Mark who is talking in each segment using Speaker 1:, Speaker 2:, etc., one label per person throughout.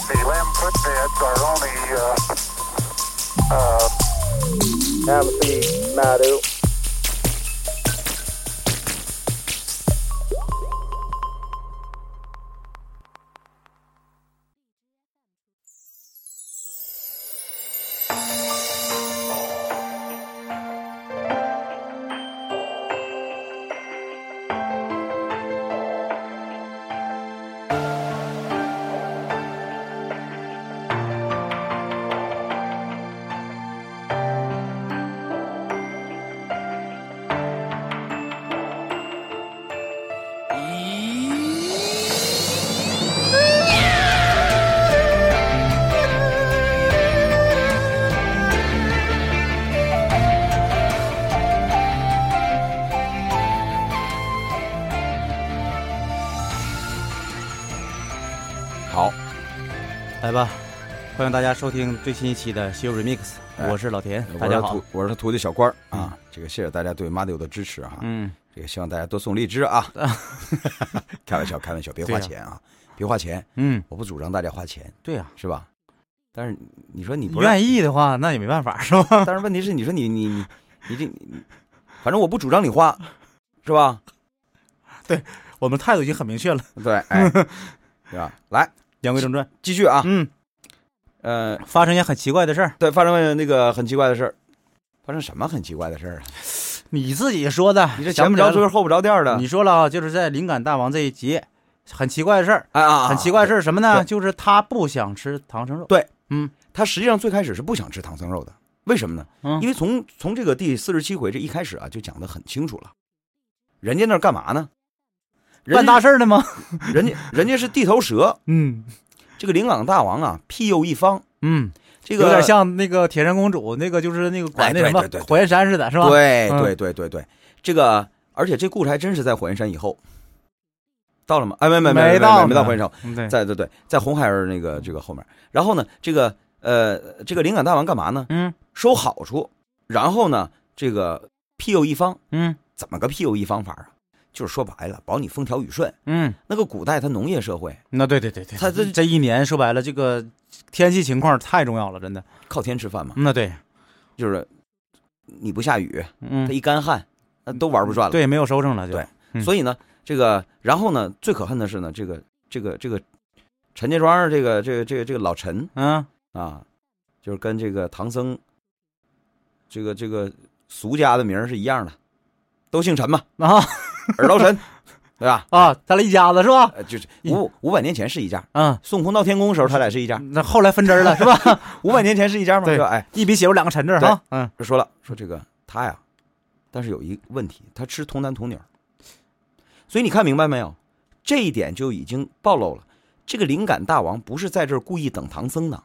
Speaker 1: quit bids are only, uh, uh,
Speaker 2: Amity Madu.
Speaker 3: 好，
Speaker 4: 来吧，欢迎大家收听最新一期的《西游 Remix》，
Speaker 3: 哎
Speaker 4: 我是老田，
Speaker 3: 我
Speaker 4: 大
Speaker 3: 是他
Speaker 4: 家好
Speaker 3: 徒。，我是他徒弟小官儿啊。这个谢谢大家对马里奥的支持啊。
Speaker 4: 嗯，
Speaker 3: 这个希望大家多送荔枝啊。 开玩笑，开玩笑，别花钱啊，别花钱。
Speaker 4: 嗯，
Speaker 3: 我不主张大家花钱，
Speaker 4: 对呀、
Speaker 3: 是吧？但是你说你
Speaker 4: 你
Speaker 3: 不
Speaker 4: 嗯
Speaker 3: 意，
Speaker 4: 愿意的话，那也没办法，是吧？
Speaker 3: 但是问题是，你说你你你你这，你反正我不主张你花，是吧？
Speaker 4: 我们态度已经很明确了。
Speaker 3: 对， 哎，对吧？来
Speaker 4: 言归正传，
Speaker 3: 继续啊。
Speaker 4: 嗯，
Speaker 3: 呃，
Speaker 4: 发生一件很奇怪的事儿，
Speaker 3: 对，发生了那个很奇怪的事儿，发生什么很奇怪的事儿啊？
Speaker 4: 你自己说的，
Speaker 3: 你这
Speaker 4: 想不
Speaker 3: 前不
Speaker 4: 起来
Speaker 3: 着
Speaker 4: 了
Speaker 3: 村后不着店的
Speaker 4: 你，说了啊，就是在灵感大王这一集，很奇怪的事儿，
Speaker 3: 哎啊，啊
Speaker 4: 很奇怪的事。儿是什么呢？
Speaker 3: 对
Speaker 4: 就是他不想吃唐僧肉。
Speaker 3: 对他实际上最开始是不想吃唐僧肉的，为什么呢？
Speaker 4: 嗯
Speaker 3: 因为从从这个第四十七回这一开始啊，就讲的很清楚了，人家那儿干嘛呢？人
Speaker 4: 办
Speaker 3: 家
Speaker 4: 大事儿呢吗？
Speaker 3: 人家人家是地头蛇，
Speaker 4: 嗯
Speaker 3: 这个灵港大王啊，庇佑一方，
Speaker 4: 嗯，
Speaker 3: 这个
Speaker 4: 有点像那个铁扇公主，那个就是那个管那
Speaker 3: 哎对
Speaker 4: 什么
Speaker 3: 对对对
Speaker 4: 火焰山似的，是吧？
Speaker 3: 对
Speaker 4: 嗯
Speaker 3: 对对对对，这个而且这故事还真是在火焰山以后到了吗？哎，没没
Speaker 4: 没
Speaker 3: 没
Speaker 4: 到
Speaker 3: 没没
Speaker 4: 呢
Speaker 3: 到火焰山，
Speaker 4: 嗯对，
Speaker 3: 在对对，在红孩儿那个这个后面。然后呢，这个呃，这个灵感大王干嘛呢？
Speaker 4: 嗯
Speaker 3: 收好处，然后呢，这个庇佑一方，
Speaker 4: 嗯
Speaker 3: 怎么个庇佑一方法啊？就是说白了，保你风调雨顺。
Speaker 4: 嗯，
Speaker 3: 那个古代它农业社会
Speaker 4: 那对对对对，
Speaker 3: 他这
Speaker 4: 这一年说白了，这个天气情况太重要了，真的。
Speaker 3: 靠天吃饭嘛，
Speaker 4: 嗯那对，
Speaker 3: 就是你不下雨，它
Speaker 4: 嗯，
Speaker 3: 一干旱，那都玩不转了。
Speaker 4: 对，没有收成了，就
Speaker 3: 对
Speaker 4: 嗯
Speaker 3: 所以呢，这个然后呢，最可恨的是呢，这个这个这个陈家庄儿这个这个这个这个老陈
Speaker 4: 嗯
Speaker 3: 啊，就是跟这个唐僧这个这个俗家的名儿是一样的，都姓陈 嘛，
Speaker 4: 啊
Speaker 3: 耳刀陈，对吧？
Speaker 4: 啊，咱俩一家子是吧？
Speaker 3: 呃，就是五五百年前是一家，
Speaker 4: 嗯，
Speaker 3: 孙悟空到天宫的时候他俩是一家，
Speaker 4: 那后来分支了是吧？
Speaker 3: 五百年前是一家嘛，
Speaker 4: 对
Speaker 3: 是吧？哎，
Speaker 4: 一笔写入两个陈字儿哈，嗯。
Speaker 3: 就说了说这个他呀，但是有一个问题，他吃童男童女儿，所以你看明白没有？这一点就已经暴露了。这个灵感大王不是在这儿故意等唐僧的，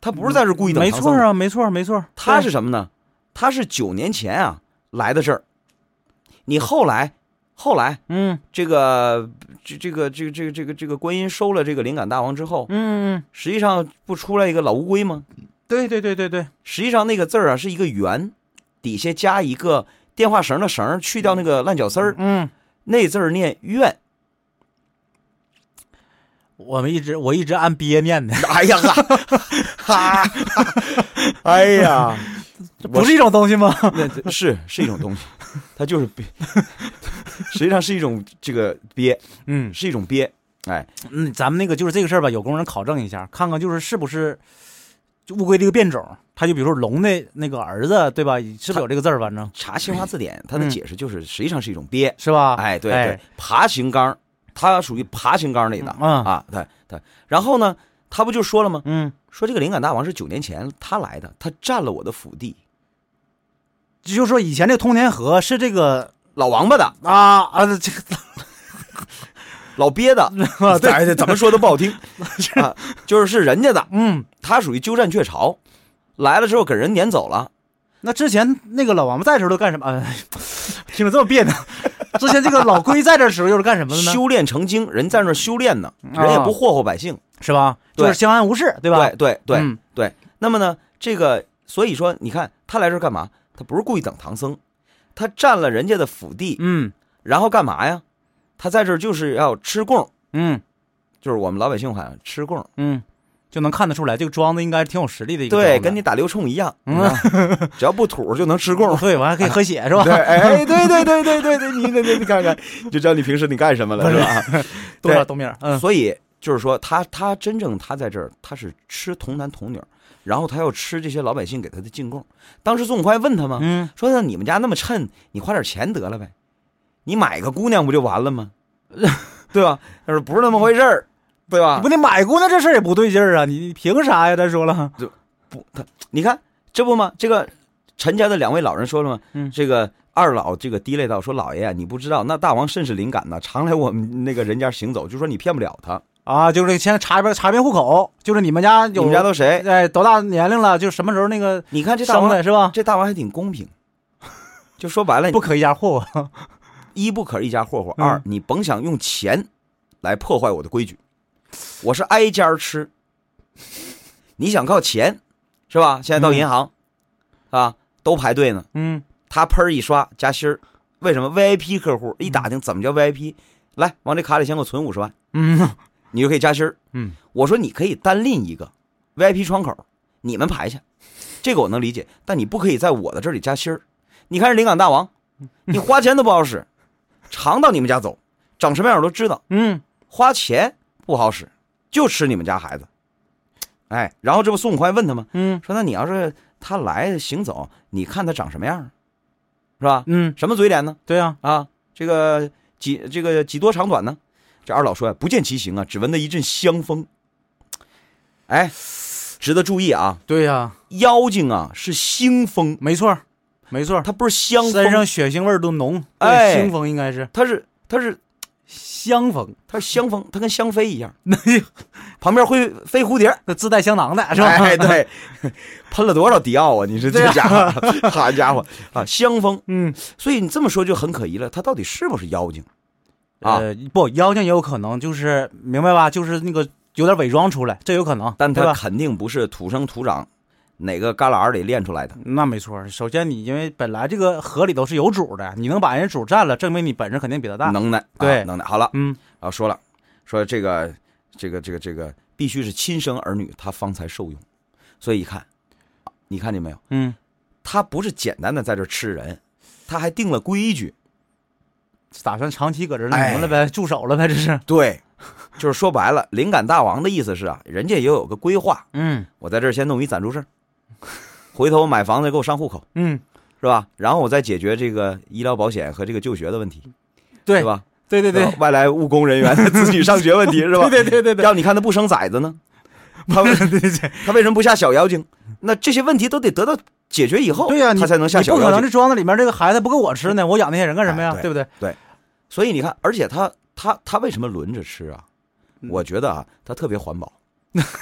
Speaker 3: 他不是在这儿故意等
Speaker 4: 没
Speaker 3: 唐僧的
Speaker 4: 错啊，没错，没错，
Speaker 3: 他
Speaker 4: 对
Speaker 3: 是什么呢？他是九年前啊来的这儿，你后来后来
Speaker 4: 嗯
Speaker 3: 这个这这个这个这个这个这个观音收了这个灵感大王之后，
Speaker 4: 嗯嗯，
Speaker 3: 实际上不出来一个老乌龟吗？
Speaker 4: 对对对对对，
Speaker 3: 实际上那个字儿啊是一个圆，底下加一个电话绳的绳儿，去掉那个烂脚丝儿，
Speaker 4: 嗯，
Speaker 3: 那字儿念愿。
Speaker 4: 我们一直我一直按憋念的，
Speaker 3: 哎呀哈，哈， 哎呀，
Speaker 4: 不是一种东西吗？
Speaker 3: 那这是是一种东西，它就是憋，实际上是一种这个憋。
Speaker 4: 嗯
Speaker 3: 是一种憋。哎，
Speaker 4: 嗯，咱们那个就是这个事儿吧，有工人考证一下，看看就是是不是就乌龟这个变种，它就比如说龙的那个儿子，对吧？是不是有这个字儿？反正
Speaker 3: 查新华字典，它的
Speaker 4: 嗯
Speaker 3: 解释就是实际上是一种憋。
Speaker 4: 是吧？
Speaker 3: 哎，对
Speaker 4: 哎
Speaker 3: 对，爬行纲，它属于爬行纲类的
Speaker 4: 嗯
Speaker 3: 啊。对对，然后呢，他不就说了吗？
Speaker 4: 嗯，
Speaker 3: 说这个灵感大王是九年前他来的，他占了我的府地，
Speaker 4: 就说以前这个通天河是这个
Speaker 3: 老王八的，
Speaker 4: 啊啊这个
Speaker 3: 老憋的，
Speaker 4: 啊对，
Speaker 3: 哎 对怎么说都不 好听啊，就是是人家的，
Speaker 4: 嗯，
Speaker 3: 他属于鸠占鹊巢，来了之后给人撵走了。
Speaker 4: 那之前那个老王八在的时候都干什么？哎，听着这么别扭。之前这个老龟在这的时候又是干什么的呢？
Speaker 3: 修炼成精，人在那儿修炼呢，人也
Speaker 4: 啊
Speaker 3: 不霍霍百姓，
Speaker 4: 是吧？就是
Speaker 3: 对
Speaker 4: 相安无事，对吧？
Speaker 3: 对对对，
Speaker 4: 嗯
Speaker 3: 那么呢，这个所以说，你看他来这儿干嘛？他不是故意等唐僧，他占了人家的府地，
Speaker 4: 嗯
Speaker 3: 然后干嘛呀？他在这儿就是要吃供，
Speaker 4: 嗯，
Speaker 3: 就是我们老百姓喊吃供，
Speaker 4: 嗯，就能看得出来，这个庄子应该挺有实力的一个庄子。
Speaker 3: 对，跟你打流冲一样，
Speaker 4: 嗯
Speaker 3: 你知道吗只要不土就能吃供。
Speaker 4: 对，我还可以喝血是吧？
Speaker 3: 对，哎，对对对对对对，你你你看看，就知道你平时你干什么了，是吧？
Speaker 4: 多
Speaker 3: 对
Speaker 4: 少冬面，嗯，
Speaker 3: 所以就是说，他他真正他在这儿，他是吃童男童女，然后他要吃这些老百姓给他的进贡。当时宋怀问他嘛，
Speaker 4: 嗯，
Speaker 3: 说那你们家那么趁，你花点钱得了呗，你买个姑娘不就完了吗？对吧？他说不是那么回事儿，对吧
Speaker 4: 啊你不？得买姑娘这事儿也不对劲儿啊！你凭啥呀？再说了，
Speaker 3: 你看这不吗？这个陈家的两位老人说了吗？
Speaker 4: 嗯
Speaker 3: 这个二老这个低泪道说：“老爷啊，你不知道，那大王甚是灵感呐，常来我们那个人家行走，就说你骗不了他。
Speaker 4: 啊，就是先查一遍查遍户口，就是你们家
Speaker 3: 你
Speaker 4: 有
Speaker 3: 们家都谁？
Speaker 4: 哎多大年龄了，就什么时候那个
Speaker 3: 你看这大
Speaker 4: 生
Speaker 3: 王，
Speaker 4: 的是吧？
Speaker 3: 这大王还挺公平。就说白了，
Speaker 4: 不可一家霍霍，
Speaker 3: 一不可一家霍霍，
Speaker 4: 嗯
Speaker 3: 二你甭想用钱来破坏我的规矩，我是挨家儿吃。你想靠钱是吧？现在到银行、啊都排队呢，
Speaker 4: 嗯
Speaker 3: 他喷儿一刷加芯儿，为什么 VIP 客户一打听怎么叫 VIP？、来往这卡里先给我存五十万，
Speaker 4: 嗯
Speaker 3: 你就可以加芯儿。
Speaker 4: 嗯，
Speaker 3: 我说你可以单另一个 VIP 窗口，你们排去，这个我能理解，但你不可以在我的这里加芯儿。你看这灵感大王，你花钱都不好使，常到你们家走，长什么样我都知道，
Speaker 4: 嗯，
Speaker 3: 花钱不好使，就吃你们家孩子。哎，然后这不宋怀问他吗？
Speaker 4: 嗯
Speaker 3: 说那你要是他来行走，你看他长什么样啊，是吧？
Speaker 4: 嗯，
Speaker 3: 什么嘴脸呢？
Speaker 4: 对呀、
Speaker 3: 啊，这个几这个几多长短呢？这二老说呀，不见其形啊，只闻得一阵香风。哎，值得注意啊，
Speaker 4: 对呀、
Speaker 3: 妖精啊是腥风，
Speaker 4: 没错儿，没错儿，
Speaker 3: 它不是香
Speaker 4: 身
Speaker 3: 风，
Speaker 4: 上血腥味儿都浓，对
Speaker 3: 哎
Speaker 4: 腥风应该是
Speaker 3: 它是它是
Speaker 4: 香风，
Speaker 3: 它是香风，它跟香妃一样， 旁边会飞蝴蝶。
Speaker 4: 那自带香囊的是吧？
Speaker 3: 哎，对， 喷了多少迪奥啊！你是
Speaker 4: 对
Speaker 3: 这
Speaker 4: 啊
Speaker 3: 家伙，好家伙啊，香风。
Speaker 4: 嗯
Speaker 3: 所以你这么说就很可疑了，它到底是不是妖精啊？
Speaker 4: 呃，不，妖精也有可能，就是明白吧？就是那个有点伪装出来，这有可能，
Speaker 3: 但
Speaker 4: 对
Speaker 3: 它
Speaker 4: 吧？
Speaker 3: 肯定不是土生土长哪个旮旯里练出来的。
Speaker 4: 那没错儿，首先你因为本来这个河里头是有主的，你能把人主占了，证明你本事肯定比他大。
Speaker 3: 能耐，
Speaker 4: 对
Speaker 3: 啊、能耐。好了，
Speaker 4: 嗯
Speaker 3: 啊，说了，说这个这个这个这个必须是亲生儿女，他方才受用。所以一看，啊你看见没有？
Speaker 4: 嗯，
Speaker 3: 他不是简单的在这儿吃人，他还定了规矩。
Speaker 4: 打算长期搁这儿那什么了
Speaker 3: 哎
Speaker 4: 呗，驻守了呗，这是。
Speaker 3: 对， 就是说白了，灵感大王的意思是啊，人家也有个规划，
Speaker 4: 嗯
Speaker 3: 我在这儿先弄一暂住证，回头买房子给我上户口，
Speaker 4: 嗯，
Speaker 3: 是吧？然后我再解决这个医疗保险和这个就学的问题，
Speaker 4: 嗯对
Speaker 3: 是吧？
Speaker 4: 对对对
Speaker 3: 是吧，外来务工人员的子女上学问题，是吧？
Speaker 4: 对对对对对，
Speaker 3: 要你看他不生崽 子呢，他为
Speaker 4: 对对对
Speaker 3: 他为什么不下小妖精？那这些问题都得得到解决以后，
Speaker 4: 对呀，你
Speaker 3: 他才能下
Speaker 4: 你
Speaker 3: 小
Speaker 4: 不可
Speaker 3: 妖
Speaker 4: 能
Speaker 3: 精。
Speaker 4: 这庄子里面这个孩子不够我吃呢，我养那些人干什么呀？
Speaker 3: 哎
Speaker 4: 对不对？
Speaker 3: 所以你看，而且他他他为什么轮着吃啊？
Speaker 4: 嗯
Speaker 3: 我觉得啊，他特别 环保，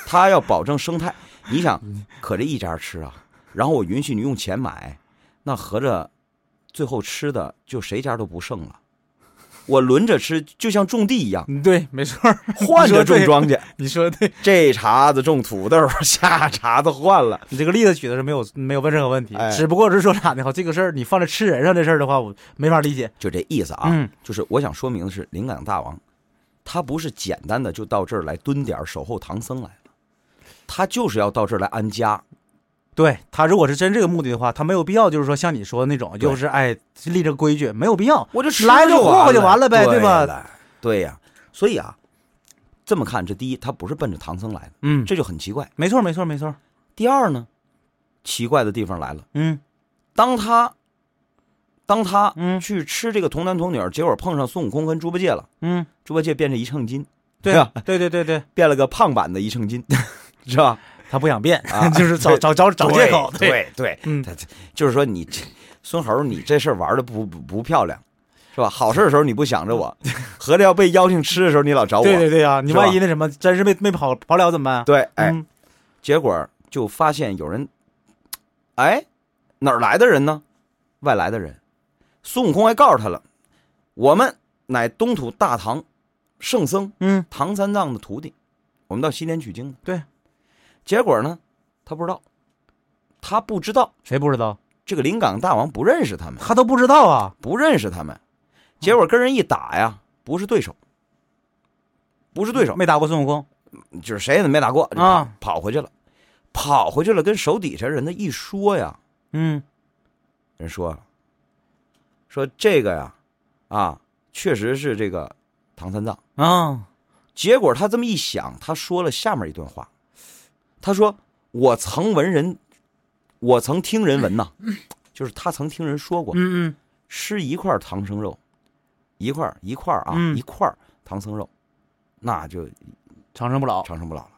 Speaker 3: 他要保证生态。你想，可这一家吃啊，然后我允许你用钱买，那合着最后吃的就谁家都不剩了。我轮着吃，就像种地一 样，
Speaker 4: 嗯，对，没错儿，
Speaker 3: 换着种庄稼。
Speaker 4: 你说的对，
Speaker 3: 这茬子种土豆，下茬子换了。
Speaker 4: 你这个例子举的是没有没有问任何问题
Speaker 3: 哎，
Speaker 4: 只不过是说啥呢？好，这个事儿你放在吃人上这事儿的话，我没法理解
Speaker 3: 就这意思啊。
Speaker 4: 嗯
Speaker 3: 就是我想说明的是，灵感大王，他不是简单的就到这儿来蹲点儿守候唐僧来了，他就是要到这儿来安家。
Speaker 4: 对他如果是真这个目的的话，他没有必要就是说像你说的那种，就是哎立这个规矩没有必要。
Speaker 3: 我就吃
Speaker 4: 来了就
Speaker 3: 就
Speaker 4: 霍霍就完了呗
Speaker 3: 对
Speaker 4: 对吧
Speaker 3: 了？对呀、所以啊，这么看，这第一，他不是奔着唐僧来的，
Speaker 4: 嗯，
Speaker 3: 这就很奇怪。
Speaker 4: 没错没错没错。
Speaker 3: 第二呢，奇怪的地方来了，
Speaker 4: 嗯
Speaker 3: 当他。当他
Speaker 4: 嗯
Speaker 3: 去吃这个童男童女儿，结果碰上孙悟空跟猪八戒了。
Speaker 4: 嗯，
Speaker 3: 猪八戒变成一秤斤，
Speaker 4: 对
Speaker 3: 啊，
Speaker 4: 对对对对，
Speaker 3: 变了个胖版的一秤斤， 是吧？
Speaker 4: 他不想 变
Speaker 3: 啊，
Speaker 4: 就是找
Speaker 3: 对
Speaker 4: 找找找借口。对，
Speaker 3: 对对，
Speaker 4: 嗯
Speaker 3: 他他就是说你这孙猴，你这事儿玩的不不不漂亮，是吧？好事的时候你不想着我， 合着要被妖精吃的时候你老找我，
Speaker 4: 嗯对对对啊，你
Speaker 3: 是吧
Speaker 4: 万一那什么，真是没没跑跑了怎么办？
Speaker 3: 对哎，
Speaker 4: 嗯，
Speaker 3: 结果就发现有人，哎，哪儿来的人呢？外来的人。孙悟空还告诉他了，我们乃东土大唐圣僧
Speaker 4: 嗯，
Speaker 3: 唐三藏的徒弟，我们到西天取经的。
Speaker 4: 对，
Speaker 3: 结果呢，他不知道，他不知道
Speaker 4: 谁不知道？
Speaker 3: 这个临港大王不认识他们。
Speaker 4: 他都不知道啊。
Speaker 3: 不认识他们，结果跟人一打呀，不是对手，不是对手，
Speaker 4: 没打过孙悟空
Speaker 3: 就是谁也没打过
Speaker 4: 啊，
Speaker 3: 跑回去了，跑回去了，跟手底下人的一说呀，
Speaker 4: 嗯
Speaker 3: 人说了，说这个呀，啊，确实是这个唐三藏。
Speaker 4: 啊，
Speaker 3: 结果他这么一想，他说了下面一段话，他说：“我曾闻人，我曾听人闻呐，就是他曾听人说过，
Speaker 4: 嗯嗯
Speaker 3: 吃一块唐僧肉，一块儿一块儿啊，
Speaker 4: 嗯
Speaker 3: 一块儿唐僧肉，那就
Speaker 4: 长生不老，
Speaker 3: 长生不老了。”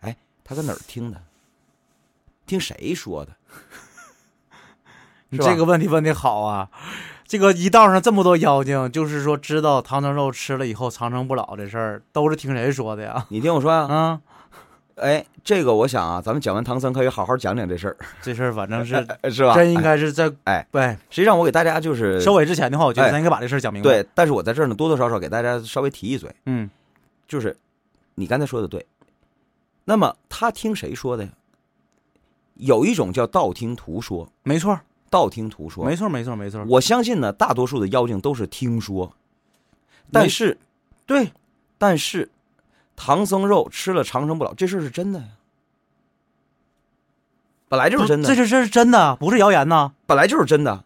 Speaker 3: 哎，他在哪儿听的？听谁说的？
Speaker 4: 你
Speaker 3: 是吧
Speaker 4: 这个问题问的好啊！这个一道上这么多妖精，就是说知道唐僧肉吃了以后长生不老这事儿，都是听谁说的呀？
Speaker 3: 你听我说啊，
Speaker 4: 啊，
Speaker 3: 哎，这个我想啊，咱们讲完唐僧，可以好好讲讲这事儿，
Speaker 4: 这事儿反 正是
Speaker 3: 是吧？
Speaker 4: 真应该是在
Speaker 3: 哎
Speaker 4: 对
Speaker 3: 实际上，我给大家就是
Speaker 4: 收尾之前的话，我觉
Speaker 3: 哎
Speaker 4: 得咱应该把这事儿讲明白。，
Speaker 3: 对，但是我在这儿呢，多多少少给大家稍微提一嘴，
Speaker 4: 嗯
Speaker 3: 就是你刚才说的对。那么他听谁说的呀？有一种叫道听途说，
Speaker 4: 没错儿，
Speaker 3: 道听途说。
Speaker 4: 没错儿，没错儿，没错儿。
Speaker 3: 我相信呢，大多数的妖精都是听说，但
Speaker 4: 没
Speaker 3: 是，
Speaker 4: 对，
Speaker 3: 但是唐僧肉吃了长生不老，这事儿是真的呀，本来就是
Speaker 4: 不
Speaker 3: 真的，
Speaker 4: 这是这是真的，不是谣言呐。
Speaker 3: 本来就是真的，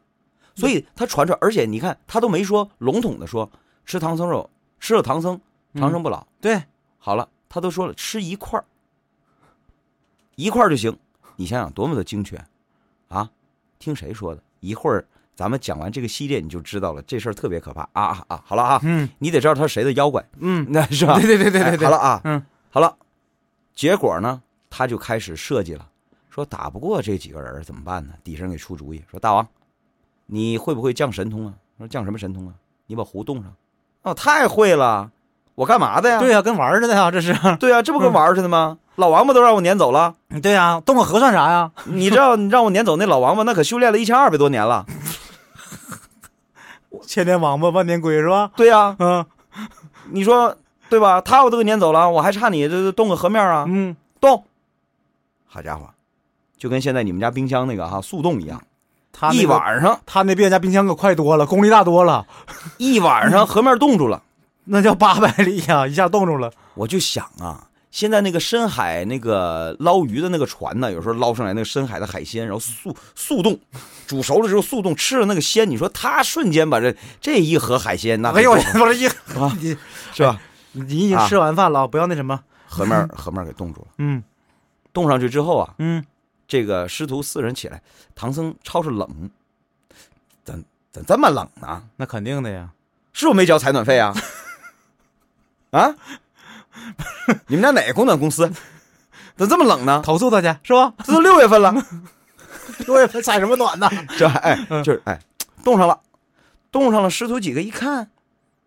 Speaker 3: 所以他传出来，而且你看，他都没说笼统的说吃唐僧肉，吃了唐僧长生
Speaker 4: 嗯
Speaker 3: 不老，
Speaker 4: 对，
Speaker 3: 好了，他都说了，吃一块儿，一块儿就行。你想想多么的精确啊！听谁说的？一会儿咱们讲完这个系列，你就知道了，这事儿特别可怕啊啊啊！好了啊，
Speaker 4: 嗯
Speaker 3: 你得知道他是谁的妖怪，
Speaker 4: 嗯，
Speaker 3: 那是吧？
Speaker 4: 对对对对
Speaker 3: 哎
Speaker 4: 对对。
Speaker 3: 好了，啊，
Speaker 4: 嗯，
Speaker 3: 好了。结果呢，他就开始设计了，说打不过这几个人儿怎么办呢？底下人给出主意，说大王，你会不会降神通啊？说降什么神通啊？你把壶冻上。哦，太会了，我干嘛的呀？
Speaker 4: 对呀，跟玩儿似的呀，这是。
Speaker 3: 对啊，这
Speaker 4: 嗯
Speaker 3: 不跟玩儿似的吗？老王八都让我撵走了，
Speaker 4: 对呀，动个核算啥呀？
Speaker 3: 你知道你让我撵走那老王八，那可修炼了一千二百多年了。
Speaker 4: 千年王八万年龟是吧？
Speaker 3: 对呀、啊，
Speaker 4: 嗯
Speaker 3: 你说对吧？他我都给撵走了，我还差你这这动个和面啊，
Speaker 4: 嗯，
Speaker 3: 动。好家伙，就跟现在你们家冰箱那个哈速冻一样，
Speaker 4: 他那
Speaker 3: 一
Speaker 4: 个
Speaker 3: 晚上
Speaker 4: 他那比俺家冰箱可快多了，功率大多了，
Speaker 3: 一晚上和面冻住了。
Speaker 4: 那叫八百里呀、 一下冻住了。
Speaker 3: 我就想啊，现在那个深海那个捞鱼的那个船呢，有时候捞上来那个深海的海鲜，然后速速冻，煮熟了之后速冻，吃了那个鲜，你说他瞬间把这这一盒海鲜，那
Speaker 4: 哎呦，我
Speaker 3: 够
Speaker 4: 这不是一
Speaker 3: 啊
Speaker 4: 你
Speaker 3: 是吧？
Speaker 4: 你已经吃完饭了，不要那什么。
Speaker 3: 河面儿河面儿给冻住了，
Speaker 4: 嗯
Speaker 3: 冻上去之后啊，
Speaker 4: 嗯，
Speaker 3: 这个师徒四人起来，唐僧超是冷，怎怎这么冷呢？
Speaker 4: 那肯定的呀。
Speaker 3: 是我没交采暖费啊？ 啊？你们家哪个供暖公司？怎么这么冷呢？
Speaker 4: 投诉他去是吧？
Speaker 3: 这都六月份了，
Speaker 4: 六月份采什么暖呢？
Speaker 3: 这哎，就是哎，冻上了，冻上了。师徒几个一看，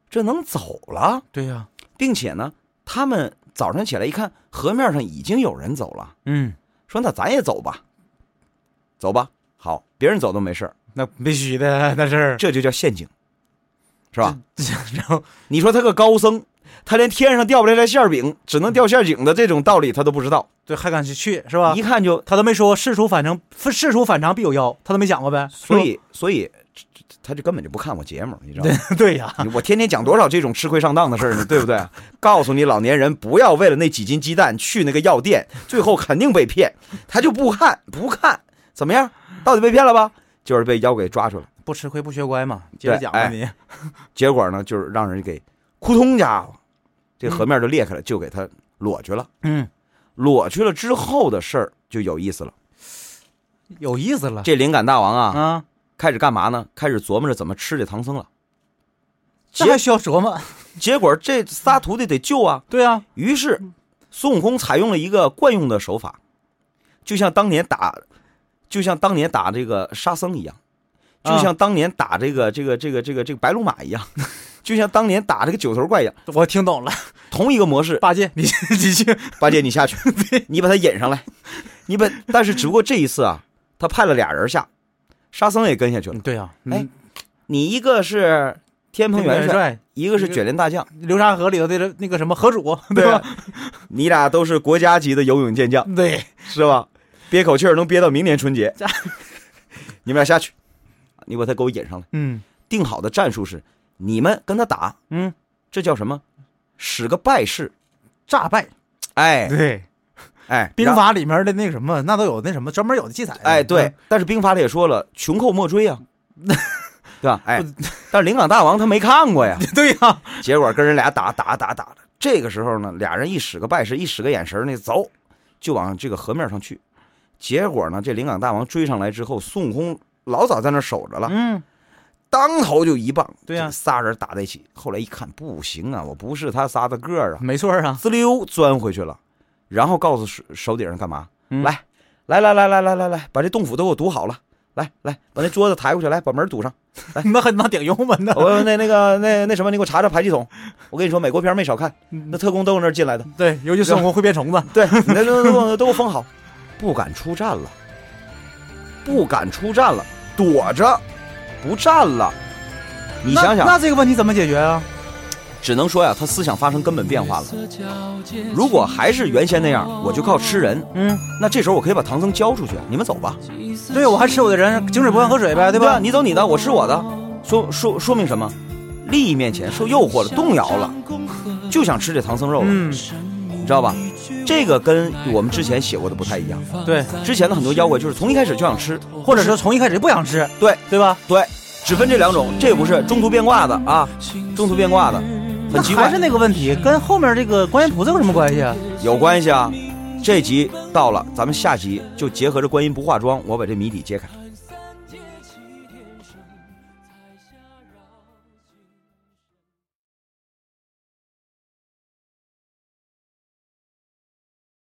Speaker 3: 这能走了，
Speaker 4: 对呀、
Speaker 3: 并且呢，他们早上起来一看，河面上已经有人走了，
Speaker 4: 嗯，
Speaker 3: 说那咱也走吧，走吧，好，别人走都没事儿
Speaker 4: 那必须的，那是
Speaker 3: 这就叫陷阱，是吧？？
Speaker 4: 嗯然后
Speaker 3: 你说他个高僧，他连天上掉不下来馅儿饼，只能掉馅儿井的这种道理他都不知道，
Speaker 4: 对，还敢去去是吧
Speaker 3: 一？看就，
Speaker 4: 他都没说过事出反常，事出反常必有妖，他都没讲过呗。
Speaker 3: 所以所以这这他就根本就不看我节目，你知道吗？
Speaker 4: 是吧 对呀、
Speaker 3: 你我天天讲多少这种吃亏上当的事儿呢，对不对？啊告诉你，老年人不要为了那几斤鸡蛋去那个药店，最后肯定被骗。他就不看，不看，怎么样？到底被骗了吧？就是被妖给抓住了。
Speaker 4: 不吃亏不学乖嘛。接着讲吧
Speaker 3: 哎
Speaker 4: 你。
Speaker 3: 结果呢，就是让人给扑通家伙，这河面就裂开了，就给他裸去了。
Speaker 4: 嗯，
Speaker 3: 裸去了之后的事儿就有意思了。
Speaker 4: 有意思了
Speaker 3: 这灵感大王啊，
Speaker 4: 啊，
Speaker 3: 开始干嘛呢？开始琢磨着怎么吃这唐僧了。
Speaker 4: 这还需要琢磨？
Speaker 3: 结果这仨徒弟得救啊，
Speaker 4: 对呀、
Speaker 3: 于是，孙悟空采用了一个惯用的手法，就像当年打，就像当年打这个沙僧一样，就
Speaker 4: 啊
Speaker 3: 像当年打这个这个这个这个这个白龙马一 样，就像当年打这个九头怪一样，
Speaker 4: 我听懂了，
Speaker 3: 同一个模式。
Speaker 4: 八戒，你 你去，
Speaker 3: 八戒，你下 去，你把他引上来，你把。但是只不过这一次啊，他派了俩人下，沙僧也跟下去了。
Speaker 4: 对呀、
Speaker 3: 哎你一个是天蓬元帅，
Speaker 4: 帅，
Speaker 3: 一个是卷帘大将，
Speaker 4: 流沙河里头的那个什么河主，
Speaker 3: 对啊吧
Speaker 4: 吧？？
Speaker 3: 你俩都是国家级的游泳健将。
Speaker 4: 对，
Speaker 3: 是吧？憋口气儿能憋到明年春 节
Speaker 4: 这。
Speaker 3: 你们俩下去，你把他给我引上来。
Speaker 4: 嗯
Speaker 3: 定好的战术是，你们跟他打，
Speaker 4: 嗯，
Speaker 3: 这叫什么？使个败势，
Speaker 4: 诈败，
Speaker 3: 哎
Speaker 4: 对，
Speaker 3: 哎，
Speaker 4: 兵
Speaker 3: 然
Speaker 4: 法里面的那什么，那都有那什么专门有的啊记载的。
Speaker 3: 哎，对，但是兵法里也说了，穷寇莫追啊，对吧？哎
Speaker 4: 不，
Speaker 3: 但是临港大王他没看过呀，
Speaker 4: 嗯，对呀，
Speaker 3: 结果跟人俩打打打打的。这个时候呢，俩人一使个拜势，一使个眼神儿呢，走，就往这个河面上去。结果呢，这临港大王追上来之后，孙悟空老早在那儿守着了，
Speaker 4: 嗯，
Speaker 3: 当头就一棒，
Speaker 4: 对呀
Speaker 3: 这仨人打在一起。后来一看不行啊，我不是他仨的个儿啊，
Speaker 4: 没错啊，
Speaker 3: 滋溜钻回去了，然后告诉手手底下人干嘛？
Speaker 4: 嗯
Speaker 3: 来，来来来来来来来，把这洞府都给我堵好了。来来，把那桌子抬过去，来把门堵 上。
Speaker 4: 那很那顶用吧？那
Speaker 3: 我那那个那那什么，你给我查查排气筒。我跟你说，美国片儿没少看，那
Speaker 4: 那
Speaker 3: 特工都是那儿进来的。
Speaker 4: 嗯对，尤其孙悟空会变虫子，
Speaker 3: 对，那都都都封好，不敢出战了，不敢出战了，躲着，不战了。 你想
Speaker 4: 那
Speaker 3: 想，
Speaker 4: 那这个问题怎么解决啊？
Speaker 3: 只能说呀，他思想发生根本变化了。如
Speaker 2: 如
Speaker 3: 果
Speaker 2: 果
Speaker 3: 还
Speaker 2: 还
Speaker 3: 是
Speaker 2: 是
Speaker 3: 原
Speaker 2: 原
Speaker 3: 先
Speaker 2: 先
Speaker 3: 那
Speaker 2: 那
Speaker 3: 样
Speaker 2: 样，，
Speaker 3: 我
Speaker 2: 我
Speaker 3: 就
Speaker 2: 就
Speaker 3: 靠
Speaker 2: 靠
Speaker 3: 吃
Speaker 2: 吃
Speaker 3: 人
Speaker 2: 人。。
Speaker 4: 嗯，
Speaker 3: 那这时候我可以把唐僧交出去，你们走吧。
Speaker 4: 对我还吃我的人，井水不犯河水呗，对
Speaker 3: 啊对吧？
Speaker 4: 吧？
Speaker 3: 你走你的，我吃我的。说说说明什么？利益面前受诱惑了，动摇了，就想吃这唐僧肉了，
Speaker 4: 嗯，
Speaker 3: 你知道吧？这个跟我们之前写过的不太一样。
Speaker 4: 对，
Speaker 3: 之前的很多妖怪就是从一开始就想吃，
Speaker 4: 或者说从一开始就不想吃，
Speaker 3: 对
Speaker 4: 对吧？
Speaker 3: 对，只分这两种，这不是中途变卦的啊，中途变卦的，很
Speaker 4: 那
Speaker 3: 奇怪，
Speaker 4: 还是那个问题，跟后面这个观音菩萨有什么关系啊？
Speaker 3: 有关系啊。这集到了，咱们下集就结合着观音不化妆，我把这谜底揭开。